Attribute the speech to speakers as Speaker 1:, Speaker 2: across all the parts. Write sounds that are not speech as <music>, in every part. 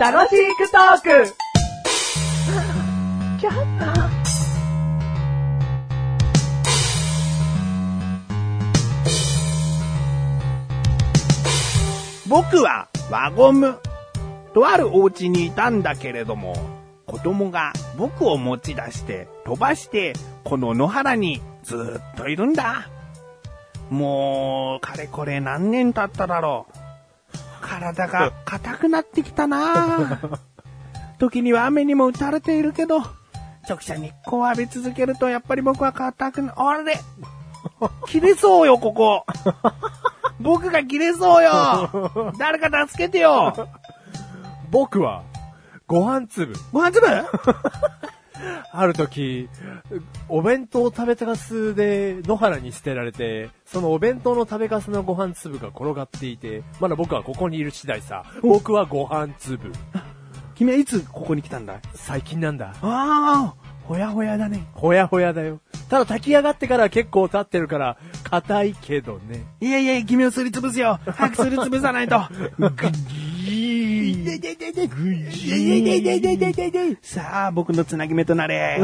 Speaker 1: 楽しくトーク
Speaker 2: 僕は輪ゴム。とあるお家にいたんだけれども、子供が僕を持ち出して飛ばして、この野原にずーっといるんだ。もう、かれこれ何年経っただろう。体が硬くなってきたなあ時には雨にも打たれているけど、直射日光を浴び続けるとやっぱり僕は硬くな、あれ切れそうよ、ここ。僕が切れそう <laughs> よ。誰か助けてよ。
Speaker 3: 僕は、ご飯粒。
Speaker 2: ご飯粒
Speaker 3: ある時、お弁当を食べたかすで野原に捨てられて、そのお弁当の食べかすのご飯粒が転がっていて、まだ僕はここにいる次第さ。僕はご飯粒。
Speaker 2: 君はいつここに来たんだ
Speaker 3: 最近なんだ。
Speaker 2: ああ、ほやほやだね。
Speaker 3: ほやほやだよ。ただ炊き上がってから結構経ってるから、硬いけどね。
Speaker 2: いやいや、君をすりつぶすよ。早くすりつぶさないと。ぐじー。でででで。ぐじー。でででででで。さあ、僕のつなぎ目とな <laughs> れ。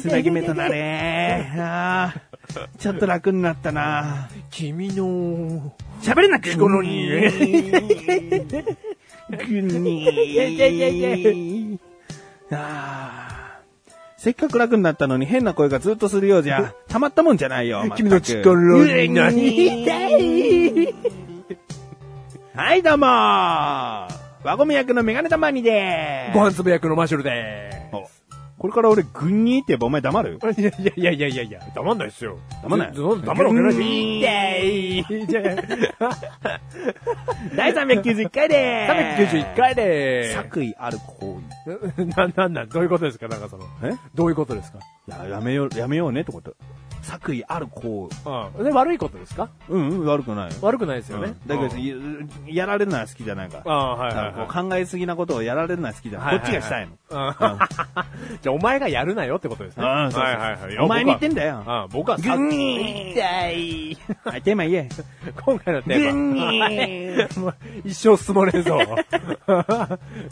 Speaker 2: つなぎ目となれ。あーちょっと楽になったな。
Speaker 3: 君の、
Speaker 2: 喋れなく聞このに。ぐにー。あー <laughs> せっかく楽になったのに変な声がずっとするようじゃ、たまったもんじゃないよ。
Speaker 3: 君の
Speaker 2: 全く
Speaker 3: 力にな
Speaker 2: ぐにーはい、どうも輪ゴム役のメガネたまにでーす。
Speaker 3: ご飯粒役のマシュルで
Speaker 2: おこれから俺、ぐにーって言えばお前黙る
Speaker 3: ーす。いやいやいやいやいや、黙んないっすよ。
Speaker 2: 黙んない
Speaker 3: ずず黙るわけない
Speaker 2: ぐ
Speaker 3: じ
Speaker 2: にー
Speaker 3: ゃん。じゃあ
Speaker 2: 第391回でーす。
Speaker 3: 391回でー
Speaker 2: 作為ある行為。
Speaker 3: す。な、なんなん、どういうことですか、なんかその。
Speaker 2: え
Speaker 3: どういうことですか
Speaker 2: いや、やめよう、やめようねってこと。作為ある行為。
Speaker 3: うん。で、悪いことですか
Speaker 2: うん、うん、悪くないよ。
Speaker 3: 悪くないですよ
Speaker 2: う
Speaker 3: ね
Speaker 2: ん。だけど、
Speaker 3: うん
Speaker 2: ややられるのは好きじゃないから。
Speaker 3: ああ、は
Speaker 2: だ
Speaker 3: いはい
Speaker 2: から
Speaker 3: は
Speaker 2: こう考えすぎなことをやられるのは好きじゃない。
Speaker 3: い。
Speaker 2: こっちがしたいの。
Speaker 3: はははうんじゃあ、お前がやるなよってことですね。
Speaker 2: うんそうそう
Speaker 3: はいはいはいいや。
Speaker 2: お前に言ってん
Speaker 3: だ
Speaker 2: だよ。
Speaker 3: よ。うん、僕は
Speaker 2: ぐ
Speaker 3: さ
Speaker 2: にーはい、テーマ言え。
Speaker 3: 今回のテ
Speaker 2: ぐ
Speaker 3: ーマ。
Speaker 2: にー
Speaker 3: もう一生進まねえぞ。 <laughs>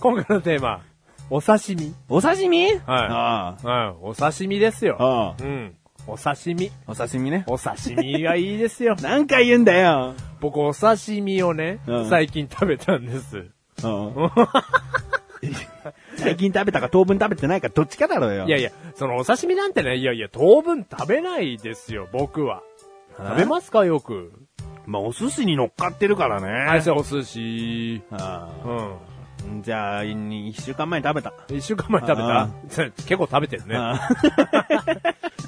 Speaker 3: 今回のテーマ、お刺身。
Speaker 2: お刺身はい。
Speaker 3: は
Speaker 2: あ
Speaker 3: い。うん、お刺身です
Speaker 2: あ。
Speaker 3: よ。
Speaker 2: ああ。
Speaker 3: うん。お刺身。
Speaker 2: お刺身ね。。
Speaker 3: お刺身がいいですよ <laughs>
Speaker 2: 何回言うんだよ。
Speaker 3: 僕、お刺身をね
Speaker 2: う、ん
Speaker 3: 最近食べたんです。
Speaker 2: うん <laughs> 最近食べたか当分食べてないかどっちかだろうよ。
Speaker 3: いやいや、そのお刺身なんてね、いやいや、当分食べないですよ、僕は。食べますか、よく。
Speaker 2: まあ、お寿司に乗っかってるからね。
Speaker 3: はい、じゃあお寿司。
Speaker 2: ああ
Speaker 3: うん。
Speaker 2: じゃあ、い一週間前に食べた。
Speaker 3: 一週間前に食べ
Speaker 2: あ
Speaker 3: た <laughs> 結構食べてるね。
Speaker 2: あ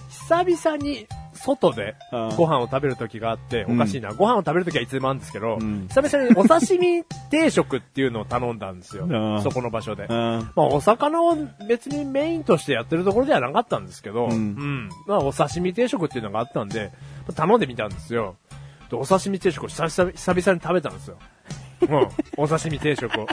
Speaker 3: 久々に外で
Speaker 2: うん
Speaker 3: ご飯を食べる時があって、
Speaker 2: うん
Speaker 3: おかしいな。ご飯を食べる時はいつでもあるんですけど、
Speaker 2: うん
Speaker 3: 久々にお刺身定食っていうのを頼んだんですよ
Speaker 2: うん。
Speaker 3: そこの場所で。ま
Speaker 2: あ
Speaker 3: あ、お魚を別にメインとしてやってるところではなかったんですけど、
Speaker 2: うん
Speaker 3: うんまあ、お刺身定食っていうのがあったんで、まあ頼んでみたんですよ。でお刺身定食を久々久々に食べた
Speaker 2: <laughs>
Speaker 3: んですよ。うん。お刺身定食を。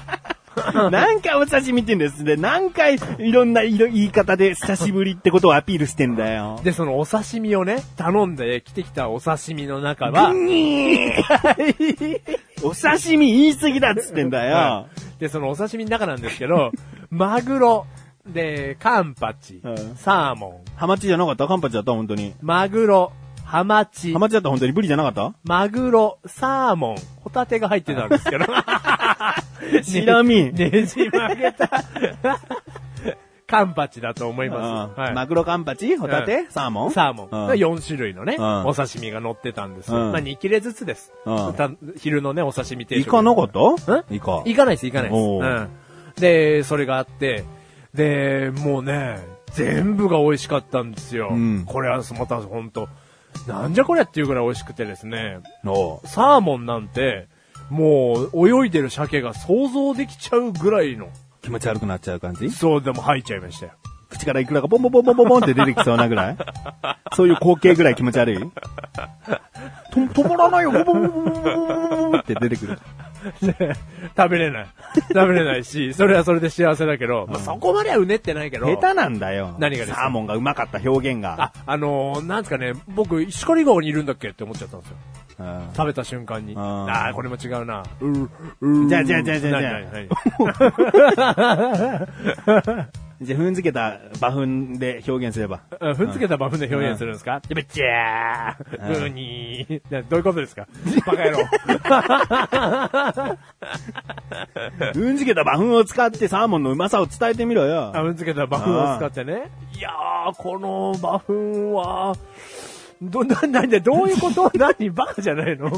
Speaker 2: 何回お刺身って言うんですね。何回いろんな色言い方で久しぶりってことをアピールしてんだよ。
Speaker 3: で、そのお刺身をね、頼んで来てきたお刺身の中は、
Speaker 2: ぐにーお刺身言い過ぎだっつってんだよ。
Speaker 3: で、そのお刺身の中なんです
Speaker 2: <laughs>
Speaker 3: けど、マグロ、で、カンパチ、
Speaker 2: うん
Speaker 3: サーモン、
Speaker 2: ハマチじゃなかったカンパチだった本当に。
Speaker 3: マグロ、ハマチ
Speaker 2: ハ、マチだった本当にブリじゃなかっ
Speaker 3: マグロ、サーモン、ホタテが入ってたんです
Speaker 2: <laughs>
Speaker 3: けど。
Speaker 2: た白身。
Speaker 3: ねねじ曲げた。カンパチだと思います。
Speaker 2: うん
Speaker 3: は
Speaker 2: マ
Speaker 3: い
Speaker 2: グロカンパチホタテ、
Speaker 3: うん
Speaker 2: サーモン
Speaker 3: サーモン。
Speaker 2: うん
Speaker 3: 4種類のね、
Speaker 2: うん
Speaker 3: お刺身が乗ってたんですよ。
Speaker 2: うん
Speaker 3: まあ2切れずつです。
Speaker 2: うん
Speaker 3: た昼のね、お刺身定
Speaker 2: イ
Speaker 3: 食。
Speaker 2: カなかった
Speaker 3: ん
Speaker 2: イカ。
Speaker 3: 行かないです、行かないです。
Speaker 2: お
Speaker 3: う
Speaker 2: ー
Speaker 3: ん。で、それがあって、で、もうね、全部が美味しかったんですよ。
Speaker 2: うん
Speaker 3: これはまた本当なんじゃこりゃっていうぐらい美味しくてですね、
Speaker 2: おう
Speaker 3: サーモンなんて、もう泳いでる鮭が想像できちゃうぐらいの、
Speaker 2: 気持ち悪くなっちゃう感じ
Speaker 3: そうでも入っちゃいましたよ。
Speaker 2: 口からいくらかボンボンボンボンボンボンって出てきそうなぐらいそういう光景ぐらい気持ち悪いと止まらないよ、ボンボンボンボンボンボンボンボンって出てくる。
Speaker 3: で <laughs> 食べれない。食べれないし、それはそれで幸せだけど、まあ、そこまではうねってないけど、
Speaker 2: 下手なんだよ。
Speaker 3: 何がですか
Speaker 2: サーモンがうまかった表現が。
Speaker 3: あ、あのー、なんですかね、僕、石狩川にいるんだっけって思っちゃったんですよ。
Speaker 2: うん
Speaker 3: 食べた瞬間に。
Speaker 2: ん
Speaker 3: ああ、これも違うな。
Speaker 2: じゃあじゃあじゃあじゃあじゃ
Speaker 3: 何
Speaker 2: あ。
Speaker 3: 何何 <laughs>
Speaker 2: じゃあ踏んづけた馬踏で表現すれば。
Speaker 3: うん踏んづけたバフで表現するんですかやべっちゃー
Speaker 2: うん
Speaker 3: うーにーなどういうことですかバカ野郎。
Speaker 2: 踏んづけた馬踏を使ってサーモンのうまさを伝えてみろよ。
Speaker 3: あ踏んづけたバフを使ってね。いやー、このバフは、ど、な、なんで、どういうこと何バカじゃないの
Speaker 2: な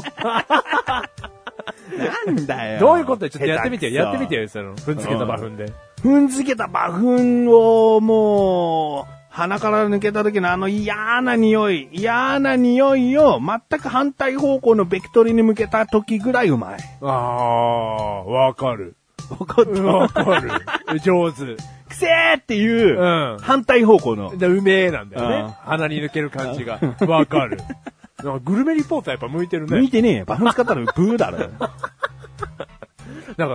Speaker 2: んだよ。
Speaker 3: どういうことちょっとやってみてよ。や
Speaker 2: 下
Speaker 3: って
Speaker 2: 手
Speaker 3: み
Speaker 2: くそ
Speaker 3: てよ、その、踏んづけたバフンで。
Speaker 2: 踏んづけた馬糞をもう、鼻から抜けた時のあの嫌な匂い、嫌な匂いを全く反対方向のベクトルに向けた時ぐらいうまい。
Speaker 3: あー、わかる。
Speaker 2: わかっ
Speaker 3: わ
Speaker 2: た。<laughs>
Speaker 3: かる。上手。
Speaker 2: くせーっていうう、
Speaker 3: ん。
Speaker 2: 反対方向の。
Speaker 3: で、うめえなんだよ
Speaker 2: うん
Speaker 3: ね。鼻に抜ける感じが。わかる。なんかグルメリポーターやっぱ向いてる
Speaker 2: 向い
Speaker 3: ね。
Speaker 2: てねえよ。馬糞使ったらブーだろ。
Speaker 3: だから、い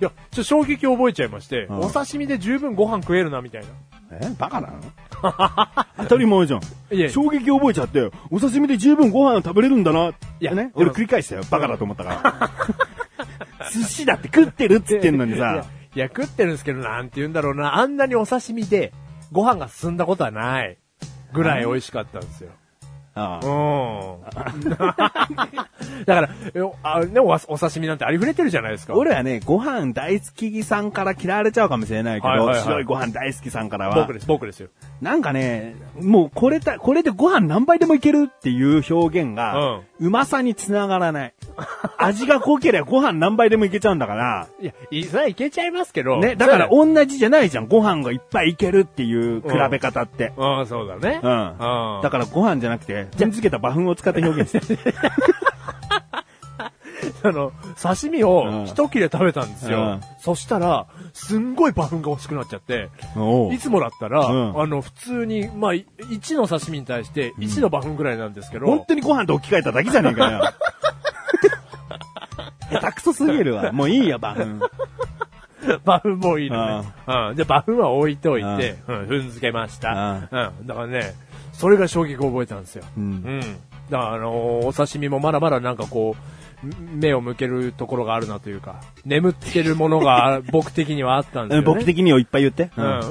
Speaker 3: や、ちょ、衝撃を覚えちゃいまして、
Speaker 2: ん
Speaker 3: お刺身で十分ご飯 <laughs> 食えるな、みたいな。
Speaker 2: えバカなの <laughs> 当たり前じゃん。
Speaker 3: いや
Speaker 2: 衝撃覚えちゃって、お刺身で十分ご飯食べれるんだな。い
Speaker 3: や
Speaker 2: ね。
Speaker 3: で
Speaker 2: 俺
Speaker 3: も
Speaker 2: 繰り返したよ。バカだと思ったから。 <laughs> 寿司だって食ってるっつってんのにさ。
Speaker 3: いや、いや食ってるんですけど、なんて言うんだろうな。あんなにお刺身で、ご飯が進んだことはない。ぐらい美味しかったんですよ。
Speaker 2: あ
Speaker 3: う
Speaker 2: あ
Speaker 3: ん。だから、えあねお、お刺身なんてありふれてるじゃないですか。
Speaker 2: 俺はね、ご飯大好きさんから嫌われちゃうかもしれないけど、
Speaker 3: はいはいはい
Speaker 2: 白いご飯大好きさんからは
Speaker 3: 僕で、す、僕ですよ。
Speaker 2: なんかね、もうこれた、これでご飯何杯でもいけるっていう表現が、うまさにつながらない。味が濃ければご飯何杯でもいけちゃうんだから、
Speaker 3: いや、いそれはいけちゃいますけど。
Speaker 2: ね、だから
Speaker 3: そ
Speaker 2: 同じじゃないじゃん。ご飯がいっぱいいけるっていう比べ方って。
Speaker 3: うだようん、そうだね。
Speaker 2: うん。
Speaker 3: うん。
Speaker 2: だからご飯じゃなくて、踏んづけた馬粉を使った表現して。
Speaker 3: <laughs> あの、刺身を一切れ食べたんですよ。
Speaker 2: うん
Speaker 3: そしたら、すんごいバフンが欲しくなっちゃって、
Speaker 2: おう
Speaker 3: いつもだったら、
Speaker 2: うん
Speaker 3: あの、普通に、まあ、1の刺身に対して1のバフンぐらいなんですけど、
Speaker 2: 本当にご飯と置き換えただけじゃねえ <laughs> かよ。下手くそすぎるわ。もういいや、馬粉。
Speaker 3: バフンもいいのね。うん。で、バフンは置いておいて、うん、踏んづけました。うん。だからね、それが衝撃を覚えたんですよ。
Speaker 2: う。
Speaker 3: うんん。だから、あのーお刺身もまだまだなんかこう、ん目を向けるところがあるなというか、眠ってるもの <laughs> が僕的にはあったんですよ、ね。
Speaker 2: 僕的にはいっぱい言って。う
Speaker 3: う
Speaker 2: ん
Speaker 3: ん。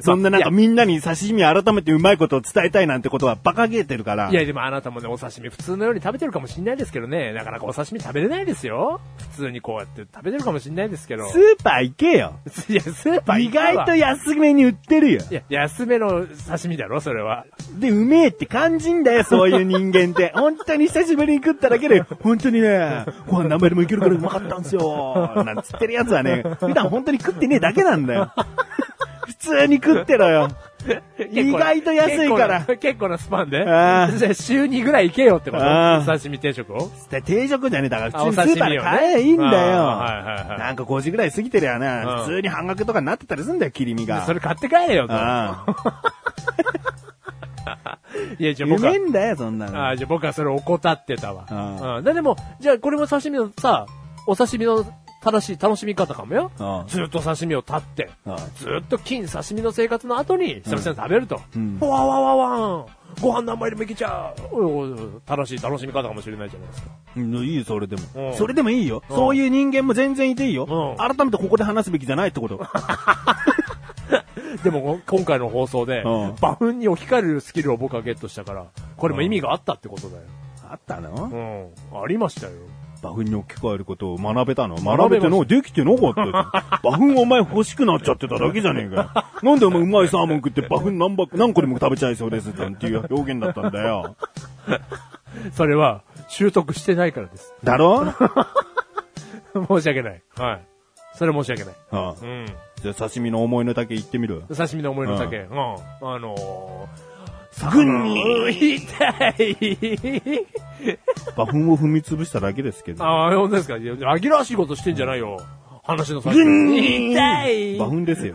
Speaker 2: そんななんかみんなに刺身改めてうまいことを伝えたいなんてことは馬鹿げてるから。
Speaker 3: いや、でもあなたもね、お刺身普通のように食べてるかもしんないですけどね。なかなかお刺身食べれないですよ。普通にこうやって食べてるかもしんないですけど。
Speaker 2: スーパー行けよ。
Speaker 3: いや、スーパー
Speaker 2: 意
Speaker 3: 行くわ
Speaker 2: 外と安めに売ってるよ。
Speaker 3: いや、安めの刺身だろ、それは。
Speaker 2: で、うめえって感じんだよ、そういう人間っ
Speaker 3: <laughs>
Speaker 2: て。本当に久しぶりに食っただけで、本当にね、ご飯何杯でもいけるからうまかったんすよ。なんつってるやつはね、普段本当に食ってねえだけなんだよ。普通に食ってろよ。意外と安いから
Speaker 3: 結構。な結構なスパンで。
Speaker 2: あー
Speaker 3: じゃあ週2ぐらい行けよってこと
Speaker 2: あー
Speaker 3: 刺身定食を
Speaker 2: で定食じゃねえだから、普通
Speaker 3: あお
Speaker 2: に
Speaker 3: 刺
Speaker 2: スーパー
Speaker 3: 身
Speaker 2: で
Speaker 3: をね
Speaker 2: 買えばいいんだよ。
Speaker 3: あーはいはいはい
Speaker 2: なんか5時ぐらい過ぎてりゃな、
Speaker 3: うん
Speaker 2: 普通に半額とかになってたりすんだよ、切り身が。
Speaker 3: それ買って帰れよと。
Speaker 2: ああ。
Speaker 3: いや、じゃあ
Speaker 2: う
Speaker 3: 僕
Speaker 2: め
Speaker 3: は
Speaker 2: え。んだよ、そんなの。
Speaker 3: ああ、じゃあ僕はそれを怠ってたわ。
Speaker 2: あ
Speaker 3: うん。だでも、じゃあこれも刺身のさ、お刺身の正しい楽しみ方かもよ。
Speaker 2: あ
Speaker 3: ずっと刺身を立って、
Speaker 2: あ
Speaker 3: ずっと金刺身の生活の後に、久々に食べると。
Speaker 2: うん
Speaker 3: わわわわん。ご飯何杯でもいけちゃう。おいおいおい正しい楽しみ方かもしれないじゃないですか。
Speaker 2: うんいいよ、それでも。
Speaker 3: うん
Speaker 2: それでもいいよ。
Speaker 3: うん
Speaker 2: そういう人間も全然いていいよ。
Speaker 3: うん
Speaker 2: 改めてここで話すべきじゃないって <laughs> こと。
Speaker 3: でも、今回の放送で
Speaker 2: うん、
Speaker 3: バフンに置き換えるスキルを僕はゲットしたから、これも意味があったってことだ
Speaker 2: あったの
Speaker 3: よ。うん。ありましたよ。
Speaker 2: 馬フに置き換えることを学べたの
Speaker 3: 学
Speaker 2: 学べ
Speaker 3: べま
Speaker 2: て
Speaker 3: した
Speaker 2: のできてなかったよ。 <laughs> 馬フお前欲しくなっちゃってただけじゃねえかよ。 <laughs> なんでお前うまいサーモン食って馬フ何ば何個でも食べちゃいそうですなんていう表現だったんだよ。
Speaker 3: それは、習得してないからです。 <laughs>
Speaker 2: だ <laughs> ろ、
Speaker 3: 申し訳ない。はい。それ申し訳ない。
Speaker 2: うん
Speaker 3: うん。
Speaker 2: じゃあ刺身の思いの丈言ってみる
Speaker 3: 刺身の思いの丈。うん。あのー、
Speaker 2: ぐに
Speaker 3: 痛い。
Speaker 2: 馬フを踏み潰しただけですけど。
Speaker 3: <laughs> ああ、本当ですか。いや、あぎらわしいことしてんじゃないよ。話の最
Speaker 2: ぐ
Speaker 3: 後
Speaker 2: に
Speaker 3: 痛い
Speaker 2: 馬フですよ。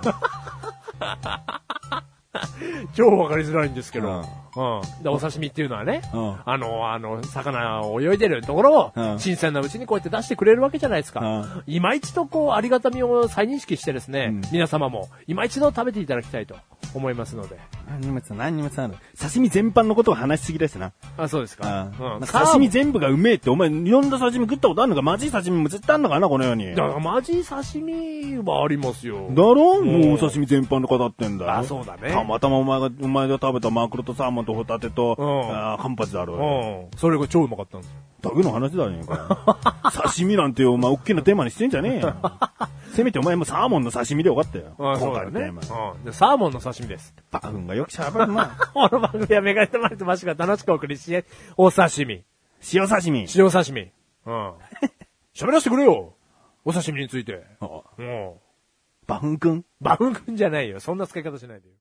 Speaker 3: 超わかりづらいんですけど。
Speaker 2: う
Speaker 3: う
Speaker 2: んん。
Speaker 3: で、お刺身っていうのはね、
Speaker 2: うん
Speaker 3: あの、あの、魚を泳いでるところ
Speaker 2: う
Speaker 3: を、
Speaker 2: ん
Speaker 3: 新鮮なうちにこうやって出してくれるわけじゃないですか。今一度こう、ありがたみを再認識してですね、
Speaker 2: うん
Speaker 3: 皆様も、今一度食べていただきたいと思いますので。
Speaker 2: <laughs> 何にもつ何にもつなる。刺身全般のことを話しすぎだしな。
Speaker 3: あ、そうですか。
Speaker 2: うん
Speaker 3: うん
Speaker 2: なんか刺身全部がうめえって、お前、いろんな刺身食ったことあるのかマジ刺身も絶対あるのかなこの世に。
Speaker 3: だ
Speaker 2: だ
Speaker 3: からマジ刺身はありますよ。
Speaker 2: ろ
Speaker 3: ん
Speaker 2: もうお刺身全般の方ってんだよ。
Speaker 3: あそうだね
Speaker 2: たまたまお前が、お前が食べたマクロとサーモンとホタテと、
Speaker 3: うん
Speaker 2: あーカンパチだろう
Speaker 3: う
Speaker 2: よ。
Speaker 3: ん。それが超うまかったんですよ。
Speaker 2: だけの話だねんか。 <laughs> 刺身なんてお前、大きなテーマにしてんじゃねえ
Speaker 3: <laughs>
Speaker 2: よ。せめてお前もサーモンの刺身でよかったよ。
Speaker 3: あそ
Speaker 2: 今
Speaker 3: う
Speaker 2: 回
Speaker 3: だよ
Speaker 2: のテ
Speaker 3: ね。
Speaker 2: ーマ。
Speaker 3: うん。でサーモンの刺身です。 <laughs>
Speaker 2: バカ君がよく喋るな。
Speaker 3: この番組はメガネとマリとマシが楽しくお送りし、お刺身。
Speaker 2: 塩刺身。
Speaker 3: 塩刺身。うん。 <laughs> 喋らせてくれよお刺身について。
Speaker 2: あ
Speaker 3: も
Speaker 2: バフン君
Speaker 3: う、バウン君じゃないよ。そんな使い方しないでよ。